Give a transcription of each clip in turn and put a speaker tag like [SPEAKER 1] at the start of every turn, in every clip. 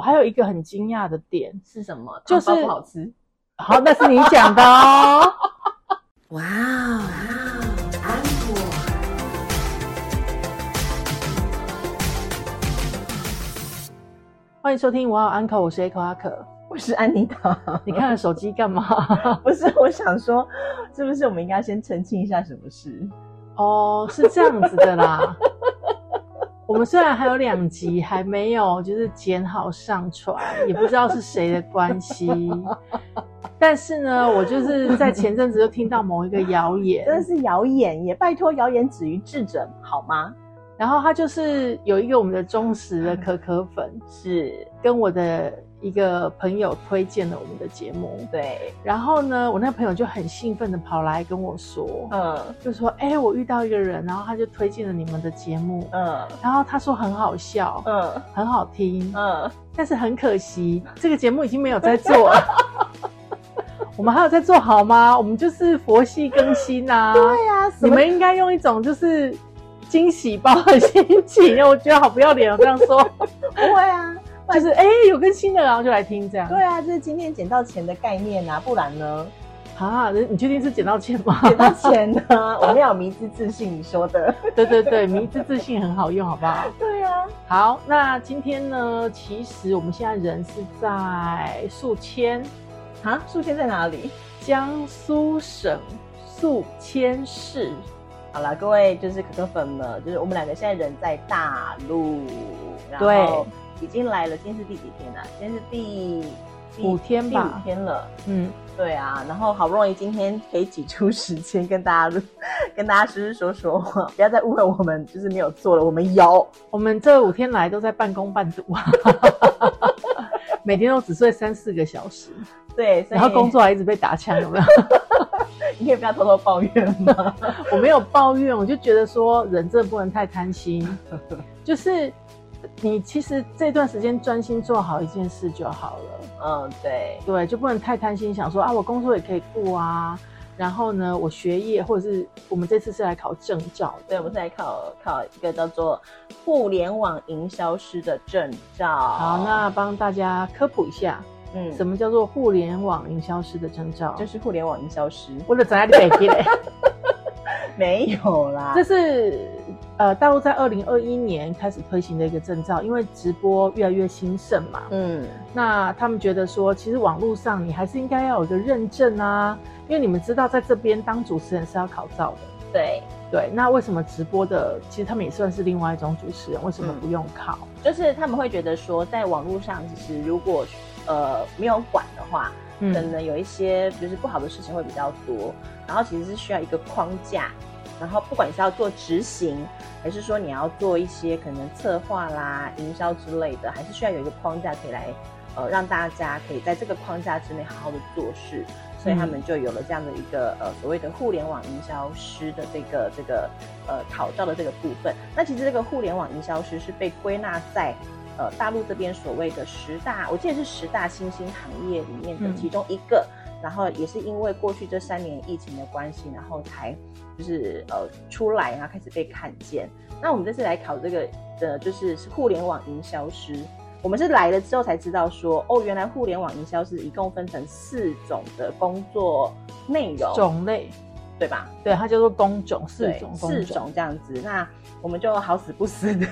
[SPEAKER 1] 还有一个很惊讶的点，
[SPEAKER 2] 是什么？
[SPEAKER 1] 就是
[SPEAKER 2] 汤包不好吃。
[SPEAKER 1] 好，那是你讲的哦。
[SPEAKER 3] 哇哦，安果，
[SPEAKER 1] 欢迎收听《哇哦 Uncle》，我是 Echo 阿可。
[SPEAKER 2] 我是安妮塔，
[SPEAKER 1] 你看了手机干嘛？
[SPEAKER 2] 不是我想说，是不是我们应该先澄清一下什么事？
[SPEAKER 1] 哦，是这样子的啦。 我们虽然还有两集还没有就是剪好上传，也不知道是谁的关系，但是呢，我就是在前阵子就听到某一个谣言，
[SPEAKER 2] 真的是谣言耶！拜托，谣言止于智者好吗？
[SPEAKER 1] 然后他就是有一个我们的忠实的可可粉，
[SPEAKER 2] 是，
[SPEAKER 1] 跟我的一个朋友推荐了我们的节目，
[SPEAKER 2] 对，
[SPEAKER 1] 然后呢，我那朋友就很兴奋的跑来跟我说，
[SPEAKER 2] 嗯
[SPEAKER 1] 就说：“哎、我遇到一个人，然后他就推荐了你们的节目，
[SPEAKER 2] 嗯
[SPEAKER 1] 然后他说很好笑，
[SPEAKER 2] 嗯
[SPEAKER 1] 很好听，
[SPEAKER 2] 嗯，
[SPEAKER 1] 但是很可惜，这个节目已经没有在做 了。我们还有在做好吗？我们就是佛系更新啊。
[SPEAKER 2] 对啊，什
[SPEAKER 1] 你
[SPEAKER 2] 么
[SPEAKER 1] 们应该用一种就是惊喜包的心情，我觉得好不要脸哦，这样 说，
[SPEAKER 2] 不会啊？
[SPEAKER 1] 就是哎、有更新的，然后就来听这样。
[SPEAKER 2] 对啊，这是今天捡到钱的概念啊，不然 呢？
[SPEAKER 1] 啊，你你确定是捡到钱吗？
[SPEAKER 2] 捡到钱呢，我们要有迷之自信，你说的。
[SPEAKER 1] 对对对，迷之自信很好用，好不好？
[SPEAKER 2] 对啊，
[SPEAKER 1] 好，那今天呢，其实我们现在人是在宿迁，
[SPEAKER 2] 啊，数学在哪里？
[SPEAKER 1] 江苏省宿迁市。
[SPEAKER 2] 好了，各位就是可可粉们，就是我们两个现在人在大陆，然
[SPEAKER 1] 对
[SPEAKER 2] 后已经来了，今天是第几天啊？今天是第第
[SPEAKER 1] 五天吧
[SPEAKER 2] 第五天了。
[SPEAKER 1] 嗯，
[SPEAKER 2] 对啊，然后好不容易今天可以挤出时间跟大家录， 跟大家实实说说话，不要再误会我们就是没有做了，我们有。
[SPEAKER 1] 我们这五天来都在半工半读啊， 每天都只睡三四个小时，
[SPEAKER 2] 对，所
[SPEAKER 1] 然
[SPEAKER 2] 以
[SPEAKER 1] 后工作还一直被打枪，有没有？
[SPEAKER 2] 你可以不要偷偷抱怨吗？
[SPEAKER 1] 我没有抱怨，我就觉得说人真的不能太贪心，就是你其实这段时间专心做好一件事就好了。
[SPEAKER 2] 嗯，对，
[SPEAKER 1] 对，就不能太贪心，想说啊，我工作也可以顾啊，然后呢，我学业或者是我们这次是来考证照的，
[SPEAKER 2] 对，我们是来考考一个叫做互联网营销师的证照。
[SPEAKER 1] 好，那帮大家科普一下，
[SPEAKER 2] 嗯，
[SPEAKER 1] 什么叫做互联网营销师的证照？
[SPEAKER 2] 就是互联网营销师？
[SPEAKER 1] 为了展开北极 嘞，
[SPEAKER 2] 没有啦，
[SPEAKER 1] 这是呃大陆在二零二一年开始推行的一个证照，因为直播越来越兴盛嘛，
[SPEAKER 2] 嗯，
[SPEAKER 1] 那他们觉得说，其实网络上你还是应该要有一个认证啊，因为你们知道在这边当主持人是要考照的。
[SPEAKER 2] 对，
[SPEAKER 1] 对，那为什么直播的其实他们也算是另外一种主持人？为
[SPEAKER 2] 嗯
[SPEAKER 1] 什么不用考？
[SPEAKER 2] 就是他们会觉得说，在网络上其实如果呃没有管的话，可
[SPEAKER 1] 嗯，
[SPEAKER 2] 能有一些就是不好的事情会比较多，然后其实是需要一个框架，然后不管你是要做执行，还是说你要做一些可能策划啦、营销之类的，还是需要有一个框架可以来呃让大家可以在这个框架之内好好的做事，所以他们就有了这样的一个呃所谓的互联网营销师的这个这个呃考照的这个部分。那其实这个互联网营销师是被归纳在呃大陆这边所谓的十大，我记得是十大新兴行业里面的
[SPEAKER 1] 嗯
[SPEAKER 2] 其中一个。然后也是因为过去这三年疫情的关系，然后才就是呃出来，然后开始被看见。那我们这次来考这个的就是是互联网营销师，我们是来了之后才知道说，哦，原来互联网营销师一共分成四种的工作内容，
[SPEAKER 1] 种类，
[SPEAKER 2] 对吧？
[SPEAKER 1] 对，它叫做工种，四
[SPEAKER 2] 对
[SPEAKER 1] 种工
[SPEAKER 2] 四
[SPEAKER 1] 种。
[SPEAKER 2] 种这样子。那我们就好死不死 的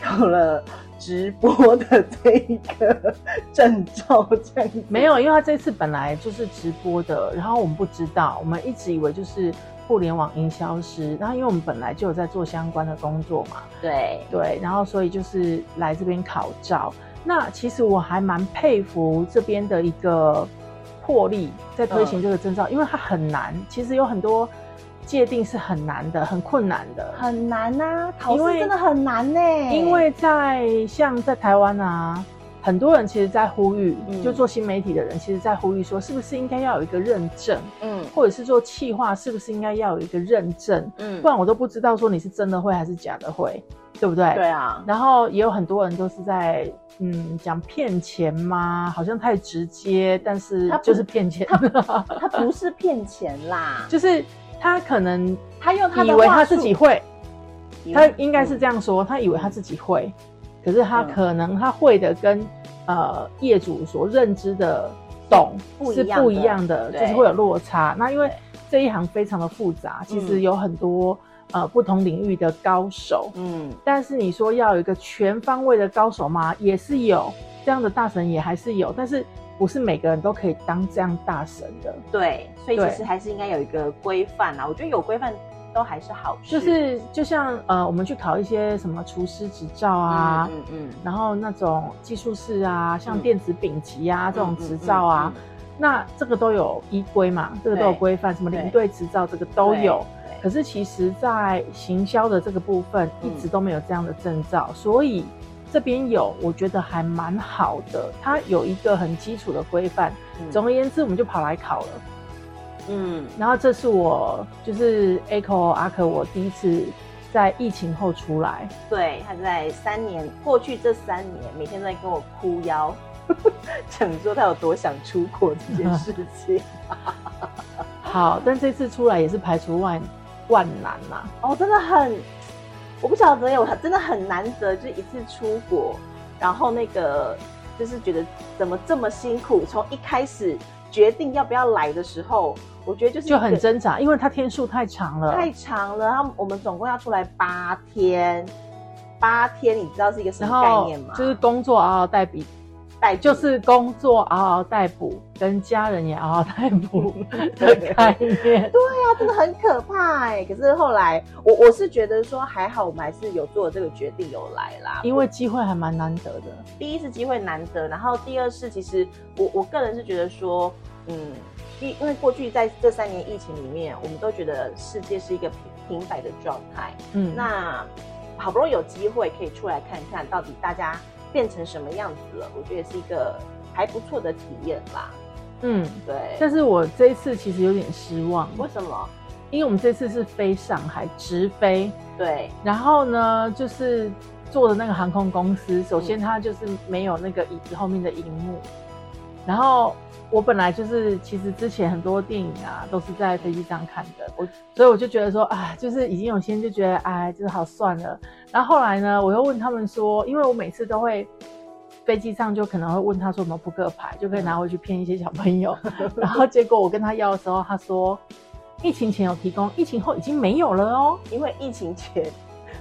[SPEAKER 2] 考了直播的这一个证照，这样子
[SPEAKER 1] 没有，因为它这次本来就是直播的，然后我们不知道，我们一直以为就是互联网营销师，然后因为我们本来就有在做相关的工作嘛，
[SPEAKER 2] 对，
[SPEAKER 1] 对，然后所以就是来这边考照。那其实我还蛮佩服这边的一个魄力，在推行这个证照，因为它很难，其实有很多界定是很难的，很困难的。
[SPEAKER 2] 很难呐、考
[SPEAKER 1] 因
[SPEAKER 2] 试
[SPEAKER 1] 为
[SPEAKER 2] 真的很难呢、
[SPEAKER 1] 因为在像在台湾啊，很多人其实在呼吁，
[SPEAKER 2] 嗯
[SPEAKER 1] 就做新媒体的人，其实在呼吁说，是不是应该要有一个认证，
[SPEAKER 2] 嗯
[SPEAKER 1] 或者是做企划，是不是应该要有一个认证？
[SPEAKER 2] 嗯
[SPEAKER 1] 不，然我都不知道说你是真的会还是假的会，对不对？
[SPEAKER 2] 对啊，
[SPEAKER 1] 然后也有很多人都是在嗯讲骗钱嘛，好像太直接，但是
[SPEAKER 2] 他不
[SPEAKER 1] 就是骗钱，
[SPEAKER 2] 他不是骗钱啦，
[SPEAKER 1] 就是他可能
[SPEAKER 2] 他用他的
[SPEAKER 1] 以为他
[SPEAKER 2] 话术
[SPEAKER 1] 自己会，
[SPEAKER 2] 以为嗯
[SPEAKER 1] 他应该是这样说，他以为他自己会，可是他可能他会的跟呃业主所认知的懂
[SPEAKER 2] 不
[SPEAKER 1] 是
[SPEAKER 2] 一样的
[SPEAKER 1] 不一样的，
[SPEAKER 2] 对
[SPEAKER 1] 就是会有落差。那因为
[SPEAKER 2] 对
[SPEAKER 1] 这一行非常的复杂，其实
[SPEAKER 2] 嗯
[SPEAKER 1] 有很多呃不同领域的高手，
[SPEAKER 2] 嗯，
[SPEAKER 1] 但是你说要有一个全方位的高手吗？也是有这样的大神，也还是有，但是不是每个人都可以当这样大神的。
[SPEAKER 2] 对，所以
[SPEAKER 1] 对
[SPEAKER 2] 其实还是应该有一个规范啊。我觉得有规范都还是好
[SPEAKER 1] 就
[SPEAKER 2] 事，
[SPEAKER 1] 是就像呃，我们去考一些什么厨师执照啊，
[SPEAKER 2] 嗯嗯嗯
[SPEAKER 1] 然后那种技术士啊，像
[SPEAKER 2] 嗯
[SPEAKER 1] 电子丙级啊、这种
[SPEAKER 2] 嗯嗯
[SPEAKER 1] 执照啊，
[SPEAKER 2] 嗯
[SPEAKER 1] 那这个都有依规嘛，这个都有规范，什么领队执照这个都有。
[SPEAKER 2] 对
[SPEAKER 1] 可是其实，在行销的这个部分，
[SPEAKER 2] 嗯
[SPEAKER 1] 一直都没有这样的证照，所以这边有，我觉得还蛮好的。它有一个很基础的规范。
[SPEAKER 2] 嗯
[SPEAKER 1] 总而言之，我们就跑来考了。
[SPEAKER 2] 嗯
[SPEAKER 1] 然后这是我就是 Echo 阿可，我第一次在疫情后出来，
[SPEAKER 2] 对，他在三年过去这三年，每天都在跟我哭腰， 讲说他有多想出国这件事情。
[SPEAKER 1] 好，但这次出来也是排除万万难啊啦、
[SPEAKER 2] 哦，真的很，我不晓得耶，我真的很难得，就是一次出国，然后那个就是觉得怎么这么辛苦，从一开始决定要不要来的时候，我觉得就是一
[SPEAKER 1] 就
[SPEAKER 2] 个
[SPEAKER 1] 很挣扎，因为它天数太长了。
[SPEAKER 2] 太长了。他们我们总共要出来八天，八天你知道是一个什
[SPEAKER 1] 然
[SPEAKER 2] 么概
[SPEAKER 1] 后
[SPEAKER 2] 念吗？
[SPEAKER 1] 就是工作啊嗷嗷待哺，
[SPEAKER 2] 带
[SPEAKER 1] 就
[SPEAKER 2] 病
[SPEAKER 1] 是工作啊嗷嗷待哺，跟家人也嗷嗷待哺 的概
[SPEAKER 2] 啊
[SPEAKER 1] 念。
[SPEAKER 2] 真的很可怕哎、可是后来，我我是觉得说还好，我们还是有做这个决定，有来啦。
[SPEAKER 1] 因为机会还蛮难得的，
[SPEAKER 2] 第一次机会难得，然后第二是其实我我个人是觉得说，嗯，因因为过去在这三年疫情里面，我们都觉得世界是一个平平摆的状态。
[SPEAKER 1] 嗯，
[SPEAKER 2] 那好不容易有机会可以出来看看，到底大家变成什么样子了，我觉得也是一个还不错的体验啦。
[SPEAKER 1] 嗯，
[SPEAKER 2] 对，
[SPEAKER 1] 但是我这一次其实有点失望，
[SPEAKER 2] 为什么？
[SPEAKER 1] 因为我们这次是飞上海直飞，
[SPEAKER 2] 对，
[SPEAKER 1] 然后呢，就是坐的那个航空公司，首先它就是没有那个椅子后面的荧幕，然后我本来就是其实之前很多电影啊都是在飞机上看的，我所以我就觉得说啊，就是已经有先就觉得哎，就是好算了。然后后来呢，我又问他们说，因为我每次都会。飞机上就可能会问他说有没有扑克牌，就可以拿回去骗一些小朋友。然后结果我跟他要的时候，他说疫情前有提供，疫情后已经没有了哦。
[SPEAKER 2] 因为疫情前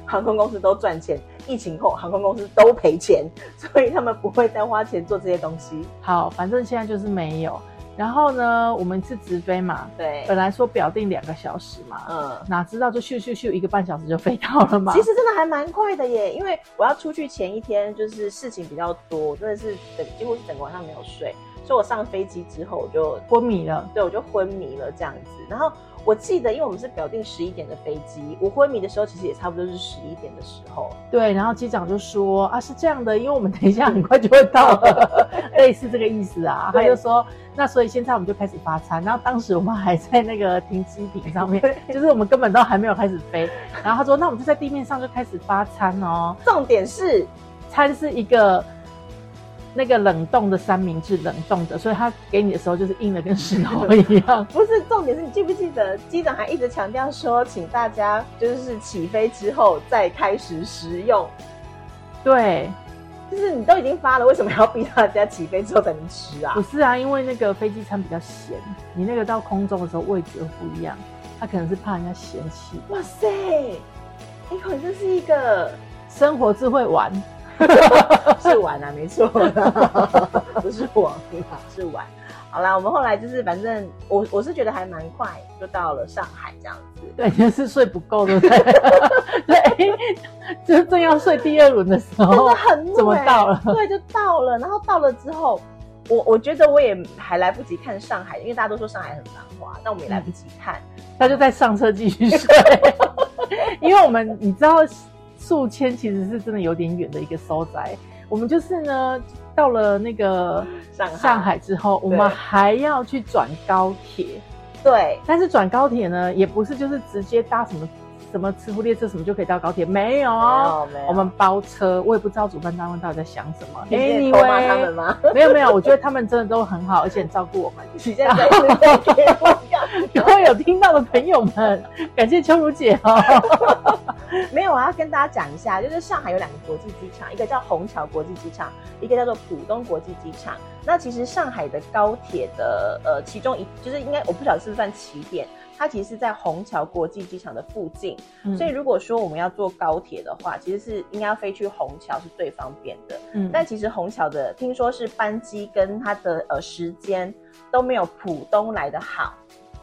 [SPEAKER 2] 航空公司都赚钱，疫情后航空公司都赔钱，所以他们不会再花钱做这些东西。
[SPEAKER 1] 好，反正现在就是没有。然后呢，我们是直飞嘛，
[SPEAKER 2] 对，
[SPEAKER 1] 本来说表定两个小时嘛，
[SPEAKER 2] 嗯，
[SPEAKER 1] 哪知道就咻咻咻一个半小时就飞到了嘛。
[SPEAKER 2] 其实真的还蛮快的耶，因为我要出去前一天就是事情比较多，我真的是整几乎是整个晚上没有睡，所以我上飞机之后我就
[SPEAKER 1] 昏迷了，
[SPEAKER 2] 对我就昏迷了这样子。然后我记得，因为我们是表定十一点的飞机，我昏迷的时候其实也差不多是十一点的时候。
[SPEAKER 1] 对，然后机长就说啊是这样的，因为我们等一下很快就会到了， 类似这个意思啊。他
[SPEAKER 2] 对
[SPEAKER 1] 就说那所以现在我们就开始发餐，然后当时我们还在那个停机坪上面，就是我们根本都还没有开始飞。然后他说那我们就在地面上就开始发餐哦，
[SPEAKER 2] 重点是
[SPEAKER 1] 餐是一个那个冷冻的三明治，冷冻的，所以他给你的时候就是硬的跟石头一
[SPEAKER 2] 。
[SPEAKER 1] 样
[SPEAKER 2] 不是重点是你记不记得机长还一直强调说，请大家就是起飞之后再开始食用，
[SPEAKER 1] 对，
[SPEAKER 2] 就是你都已经发了，为什么要逼大家起飞之后才能吃啊
[SPEAKER 1] 不？是啊，因为那个飞机餐比较咸，你那个到空中的时候味觉不一样，他可能是怕人家嫌弃。
[SPEAKER 2] 哇塞，你可真是 一个
[SPEAKER 1] 生活智慧丸，
[SPEAKER 2] 是玩啊，没 错，不是我，是玩。啊好啦，我们后来就是反正我我是觉得还蛮快就到了上海这样子。
[SPEAKER 1] 对，你是睡不够，对不 对？对，就是正要睡第二轮的时
[SPEAKER 2] 真
[SPEAKER 1] 候
[SPEAKER 2] 的，很怒、欸、
[SPEAKER 1] 哦怎么到了？
[SPEAKER 2] 对，就到了。然后到了之后，我我觉得我也还来不及看上海，因为大家都说上海很繁华，但我们也来不及看。
[SPEAKER 1] 他就在上车继 续睡，因为我们你知道，宿迁其实是真的有点远的一个收宅。我们就是呢，到了那个
[SPEAKER 2] 上海
[SPEAKER 1] 上海之后，我们还要去转高铁，
[SPEAKER 2] 对，
[SPEAKER 1] 但是转高铁呢，也不是就是直接搭什么什么磁浮列车什么就可以到高铁，没有，
[SPEAKER 2] 哦，没有
[SPEAKER 1] 我们包车，我也不知道主办单位到底在想什么。
[SPEAKER 2] 你也偷骂他们
[SPEAKER 1] Anyway，
[SPEAKER 2] 吗？
[SPEAKER 1] 没有没有，我觉得他们真的都很好，而且很照顾我们。
[SPEAKER 2] 你现在在在给我干
[SPEAKER 1] 如果 有听到的朋友们，感谢秋如姐 哦。
[SPEAKER 2] 没有啊，要跟大家讲一下，就是上海有两个国际机场，一个叫虹桥国际机场，一个叫做浦东国际机场。那其实上海的高铁的呃，其中一就是应该我不晓得是不是算起点，它其实是在虹桥国际机场的附近。
[SPEAKER 1] 嗯
[SPEAKER 2] 所以如果说我们要坐高铁的话，其实是应该要飞去虹桥是最方便的。
[SPEAKER 1] 嗯
[SPEAKER 2] 但其实虹桥的听说是班机跟它的呃时间都没有浦东来的好，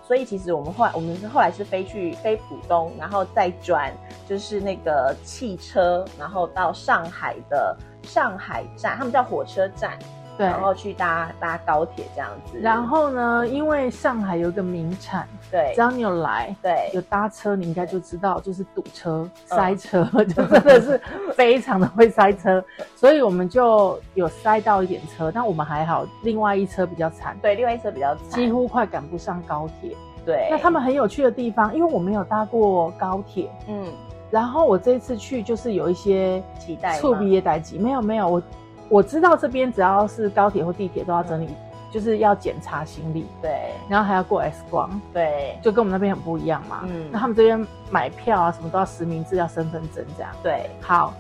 [SPEAKER 2] 所以其实我们后来我们是后来是飞去飞浦东，然后再转就是那个汽车，然后到上海的上海站，他们叫火车站，
[SPEAKER 1] 对，
[SPEAKER 2] 然后去搭搭高铁这样子。
[SPEAKER 1] 然后呢，因为上海有一个名产，
[SPEAKER 2] 对
[SPEAKER 1] 只要你有来。
[SPEAKER 2] 对
[SPEAKER 1] 有搭车，你应该就知道，就是堵车、塞车， 就真的是非常的会塞车，所以我们就有塞到一点车，但我们还好，另外一车比较惨，
[SPEAKER 2] 对，另外一车比较惨
[SPEAKER 1] 几乎快赶不上高铁。
[SPEAKER 2] 对。
[SPEAKER 1] 那他们很有趣的地方，因为我没有搭过高铁，
[SPEAKER 2] 嗯
[SPEAKER 1] 然后我这一次去就是有一些
[SPEAKER 2] 期待吗
[SPEAKER 1] 触鼻也待机，没有没有，我我知道这边只要是高铁或地铁都要整理，就是要检查行李，
[SPEAKER 2] 对
[SPEAKER 1] 然后还要过 X 光，
[SPEAKER 2] 对
[SPEAKER 1] 就跟我们那边很不一样嘛。
[SPEAKER 2] 嗯
[SPEAKER 1] 那他们这边买票啊什么都要实名制，要身份证这样。
[SPEAKER 2] 对
[SPEAKER 1] 好，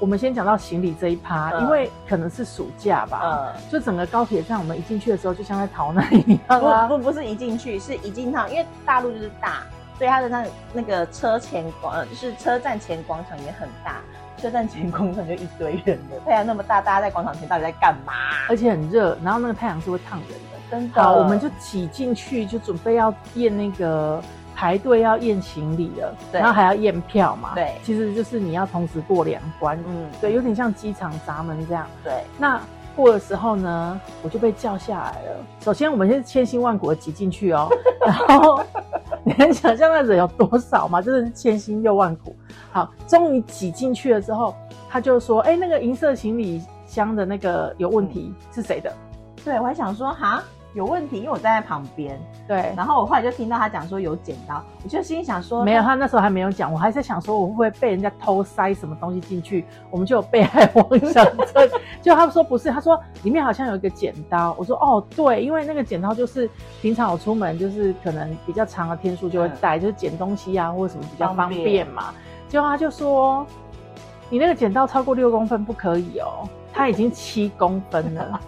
[SPEAKER 1] 我们先讲到行李这一趴，
[SPEAKER 2] 嗯
[SPEAKER 1] 因为可能是暑假吧，
[SPEAKER 2] 嗯。
[SPEAKER 1] 就整个高铁站我们一进去的时候就像在逃难一样啊。
[SPEAKER 2] 不不不是一进去，是一进趟，因为大陆就是大，所以它的那那个车前广，呃就是车站前广场也很大，车站前广场就一堆人了。太阳那么大，大家在广场前到底在干嘛？
[SPEAKER 1] 而且很热，然后那个太阳是会烫人的。
[SPEAKER 2] 真的，
[SPEAKER 1] 好，我们就挤进去，就准备要验那个排队要验行李了，
[SPEAKER 2] 对
[SPEAKER 1] 然后还要验票嘛。
[SPEAKER 2] 对
[SPEAKER 1] 其实就是你要同时过两关，
[SPEAKER 2] 嗯，
[SPEAKER 1] 对，有点像机场闸门这样。
[SPEAKER 2] 对
[SPEAKER 1] 那过的时候呢，我就被叫下来了。首先，我们是千辛万苦的挤进去 哦，然后 你能想象那人有多少吗？真的是千辛又万苦。好，终于挤进去了之后，他就说：“哎、那个银色行李箱的那个有问
[SPEAKER 2] 嗯
[SPEAKER 1] 题，是谁的
[SPEAKER 2] 对，我还想说哈有问题，因为我站在旁边，？”
[SPEAKER 1] 对，
[SPEAKER 2] 然后我后来就听到他讲说有剪刀，我就心里想说
[SPEAKER 1] 没有，他那时候还没有讲，我还在想说我会不会被人家偷塞什么东西进去，我们就有被害妄想症。 就他说不是，他说里面好像有一个剪刀。我说哦对，因为那个剪刀就是平常我出门就是可能比较长的天数就会带，就是捡东西啊或者什么比较方便嘛。结果他就说你那个剪刀超过六公分不可以哦，它已经七公分了。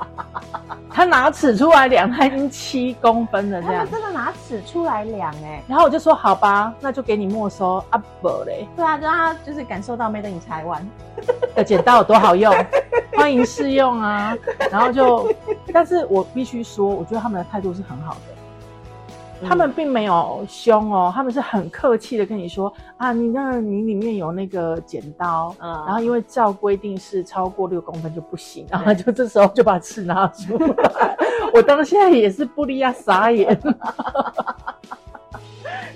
[SPEAKER 1] 他拿尺出来量，他已经七公分了这
[SPEAKER 2] 他
[SPEAKER 1] 样
[SPEAKER 2] 们。真的拿尺出来量哎、
[SPEAKER 1] 然后我就说好吧，那就给你没收啊不嘞。
[SPEAKER 2] 对啊，就让他就是感受到没等你拆完，
[SPEAKER 1] 的剪刀有多好用，欢迎试用啊。然后就，但是我必须说，我觉得他们的态度是很好的，
[SPEAKER 2] 嗯
[SPEAKER 1] 他们并没有凶哦，他们是很客气的跟你说啊，你那你里面有那个剪刀。
[SPEAKER 2] 嗯，
[SPEAKER 1] 然后因为照规定是超过六公分就不行，然后就这时候就把尺拿出来，我当下也是不利亚傻眼，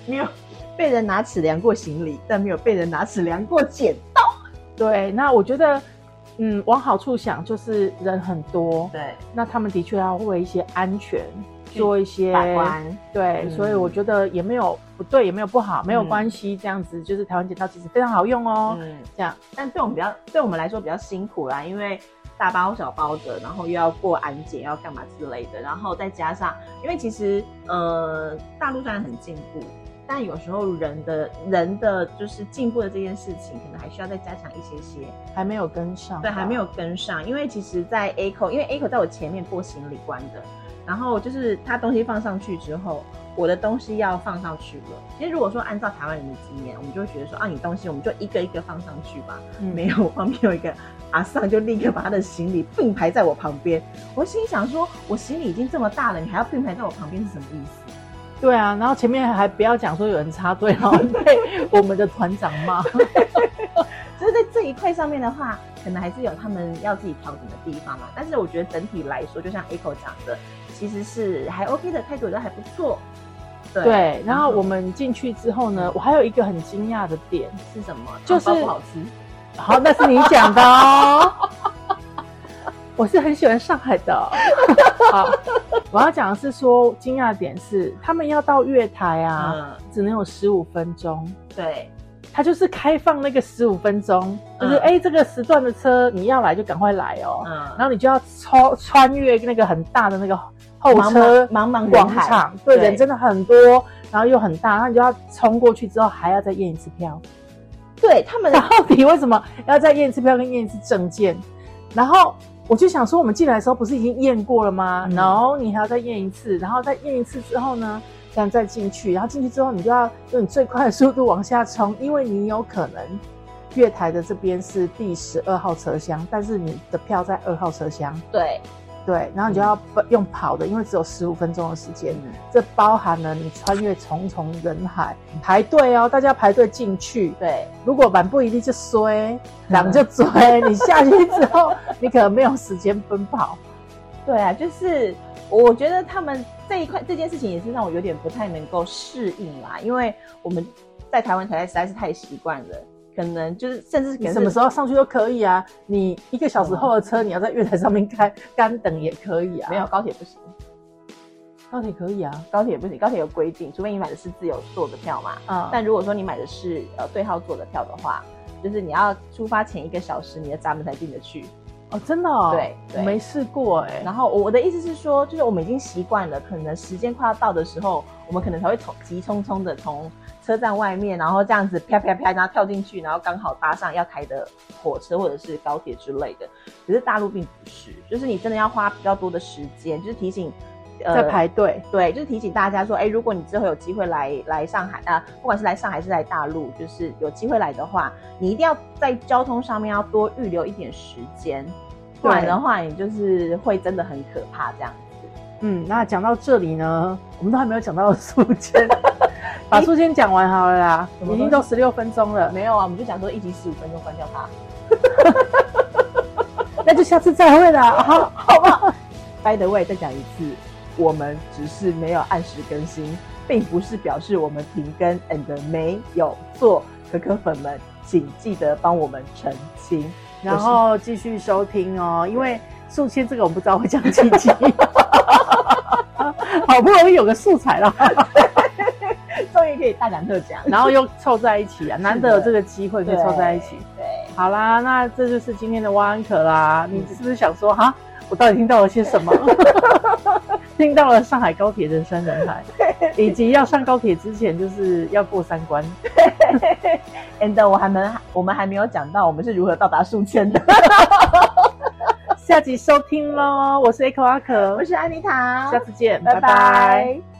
[SPEAKER 2] 没有被人拿尺量过行李，但没有被人拿尺量过剪刀。
[SPEAKER 1] 对，那我觉得，嗯，往好处想，就是人很多，
[SPEAKER 2] 对，
[SPEAKER 1] 那他们的确要为一些安全
[SPEAKER 2] 去
[SPEAKER 1] 做一些
[SPEAKER 2] 把关。
[SPEAKER 1] 对，
[SPEAKER 2] 嗯
[SPEAKER 1] 所以我觉得也没有不对，也没有不好，没有
[SPEAKER 2] 嗯
[SPEAKER 1] 关系。这样子就是台湾剪刀其实非常好用哦。
[SPEAKER 2] 嗯，
[SPEAKER 1] 这样
[SPEAKER 2] 但对我们比较，对我们来说比较辛苦啦，因为大包小包的，然后又要过安检，又要干嘛之类的，然后再加上，因为其实呃，大陆虽然很进步。但有时候人的人的就是进步的这件事情，可能还需要再加强一些些。
[SPEAKER 1] 还没有跟上，
[SPEAKER 2] 对，还没。有跟上，因为其实，在 A 口，因为 A 口在我前面过行李关的，然后就是他东西放上去之后，我的东西要放上去了。其实如果说按照台湾人的经验，我们就会觉得说啊，你东西我们就一个一个放上去吧。
[SPEAKER 1] 嗯
[SPEAKER 2] 没有，我旁边有一个阿尚，就立刻把他的行李并排在我旁边。我心里想说，我行李已经这么大了，你还要并排在我旁边是什么意思？
[SPEAKER 1] 对啊，然后前面还不要讲说有人插队，然后被我们的团长 骂。
[SPEAKER 2] 就是在这一块上面的话，可能还是有他们要自己调整的地方嘛。但是我觉得整体来说，就像 Echo 讲的，其实是还 OK 的态度，我觉得还不错。对，
[SPEAKER 1] 对，然后我们进去之后呢，我还有一个很惊讶的点，
[SPEAKER 2] 是什么？
[SPEAKER 1] 就是
[SPEAKER 2] 汤包不好吃。
[SPEAKER 1] 好，那是你讲的哦。 我是很喜欢上海的。好，我要讲的是说，惊讶的点是他们要到月台啊，
[SPEAKER 2] 嗯，
[SPEAKER 1] 只能有十五分钟。
[SPEAKER 2] 对，
[SPEAKER 1] 它就是开放那个十五分钟，就是
[SPEAKER 2] 嗯
[SPEAKER 1] 哎、这个时段的车你要来就赶快来哦，
[SPEAKER 2] 嗯，
[SPEAKER 1] 然后你就要超穿越那个很大的那个候
[SPEAKER 2] 茫
[SPEAKER 1] 车
[SPEAKER 2] 茫茫茫人
[SPEAKER 1] 广
[SPEAKER 2] 海
[SPEAKER 1] 场，对，
[SPEAKER 2] 对
[SPEAKER 1] 人真的很多，然后又很大，然后你就要冲过去之后还要再验一次票。
[SPEAKER 2] 对 他们
[SPEAKER 1] 到底为什么要再验一次票跟验一次证件？然后我就想说，我们进来的时候不是已经验过了吗？
[SPEAKER 2] 嗯
[SPEAKER 1] 然后你还要再验一次，然后再验一次之后呢，这样再进去，然后进去之后你就要用你最快的速度往下冲，因为你有可能月台的这边是第十二号车厢，但是你的票在二号车厢，
[SPEAKER 2] 对，
[SPEAKER 1] 对，然后你就要奔用跑的，因为只有十五分钟的时间。这包含了你穿越重重人海排队哦，大家排队进去，
[SPEAKER 2] 对，
[SPEAKER 1] 如果晚不一定就衰，狼就追。你下去之后，你可能没有时间奔 跑。
[SPEAKER 2] 对啊，就是我觉得他们这一块这件事情也是让我有点不太能够适应啦，因为我们在台湾台在实在是太习惯了，可能就是甚至可
[SPEAKER 1] 你
[SPEAKER 2] 能
[SPEAKER 1] 什么
[SPEAKER 2] 候
[SPEAKER 1] 时候上去都可以啊，你一个小时后的车，你要在月台上面开干等也可以啊。
[SPEAKER 2] 没有，高铁不行，
[SPEAKER 1] 高铁可以啊。
[SPEAKER 2] 高铁不行，高铁有规定，除非你买的是自由座的票嘛。
[SPEAKER 1] 啊、
[SPEAKER 2] 但如果说你买的是呃对号座的票的话，就是你要出发前一个小时，你的闸门才进得去。
[SPEAKER 1] 哦，真的哦，
[SPEAKER 2] 对对
[SPEAKER 1] 我没试过哎、
[SPEAKER 2] 然后我我的意思是说，就是我们已经习惯了，可能时间快要到的时候，我们可能才会从急匆匆的从车站外面，然后这样子啪啪啪，然后跳进去，然后刚好搭上要开的火车或者是高铁之类的。可是大陆并不是，就是你真的要花比较多的时间，就是提醒，呃
[SPEAKER 1] 在排队，
[SPEAKER 2] 对，就是提醒大家说，哎，如果你之后有机会来来上海啊、不管是来上海还是来大陆，就是有机会来的话，你一定要在交通上面要多预留一点时间，不然的话，你就是会真的很可怕这样子。
[SPEAKER 1] 嗯，那讲到这里呢，我们都还没有讲到宿 迁，把宿迁讲完好了啦，
[SPEAKER 2] 什么
[SPEAKER 1] 已
[SPEAKER 2] 东西
[SPEAKER 1] 经都十六分钟了，
[SPEAKER 2] 没有啊，我们就讲说一集十五分钟关掉它，
[SPEAKER 1] 那就下次再会啦。好，
[SPEAKER 2] 好不好？By the way，再讲一次，我们只是没有按时更新，并不是表示我们停更 and 没有做。可可粉们，请记得帮我们澄清。
[SPEAKER 1] 然后继续收听哦，因为宿迁这个我不知道会讲几集， 好不容易有个素材了，
[SPEAKER 2] 终于可以大讲特讲，
[SPEAKER 1] 然后又凑在一 起啊，难得有这个机会可以凑在一起。
[SPEAKER 2] 对。嗯
[SPEAKER 1] 好啦，那这就是今天的挖安可啦。你是不是想说哈，我到底听到了些什么？ 听到了上海高铁人山人海，以及要上高铁之前就是要过三关。
[SPEAKER 2] and 我还没，我们还没有讲到我们是如何到达宿迁的。
[SPEAKER 1] 下集收听喽，我是 Echo 阿可
[SPEAKER 2] 我，是安妮塔，
[SPEAKER 1] 下次见，
[SPEAKER 2] 拜
[SPEAKER 1] 拜拜
[SPEAKER 2] 拜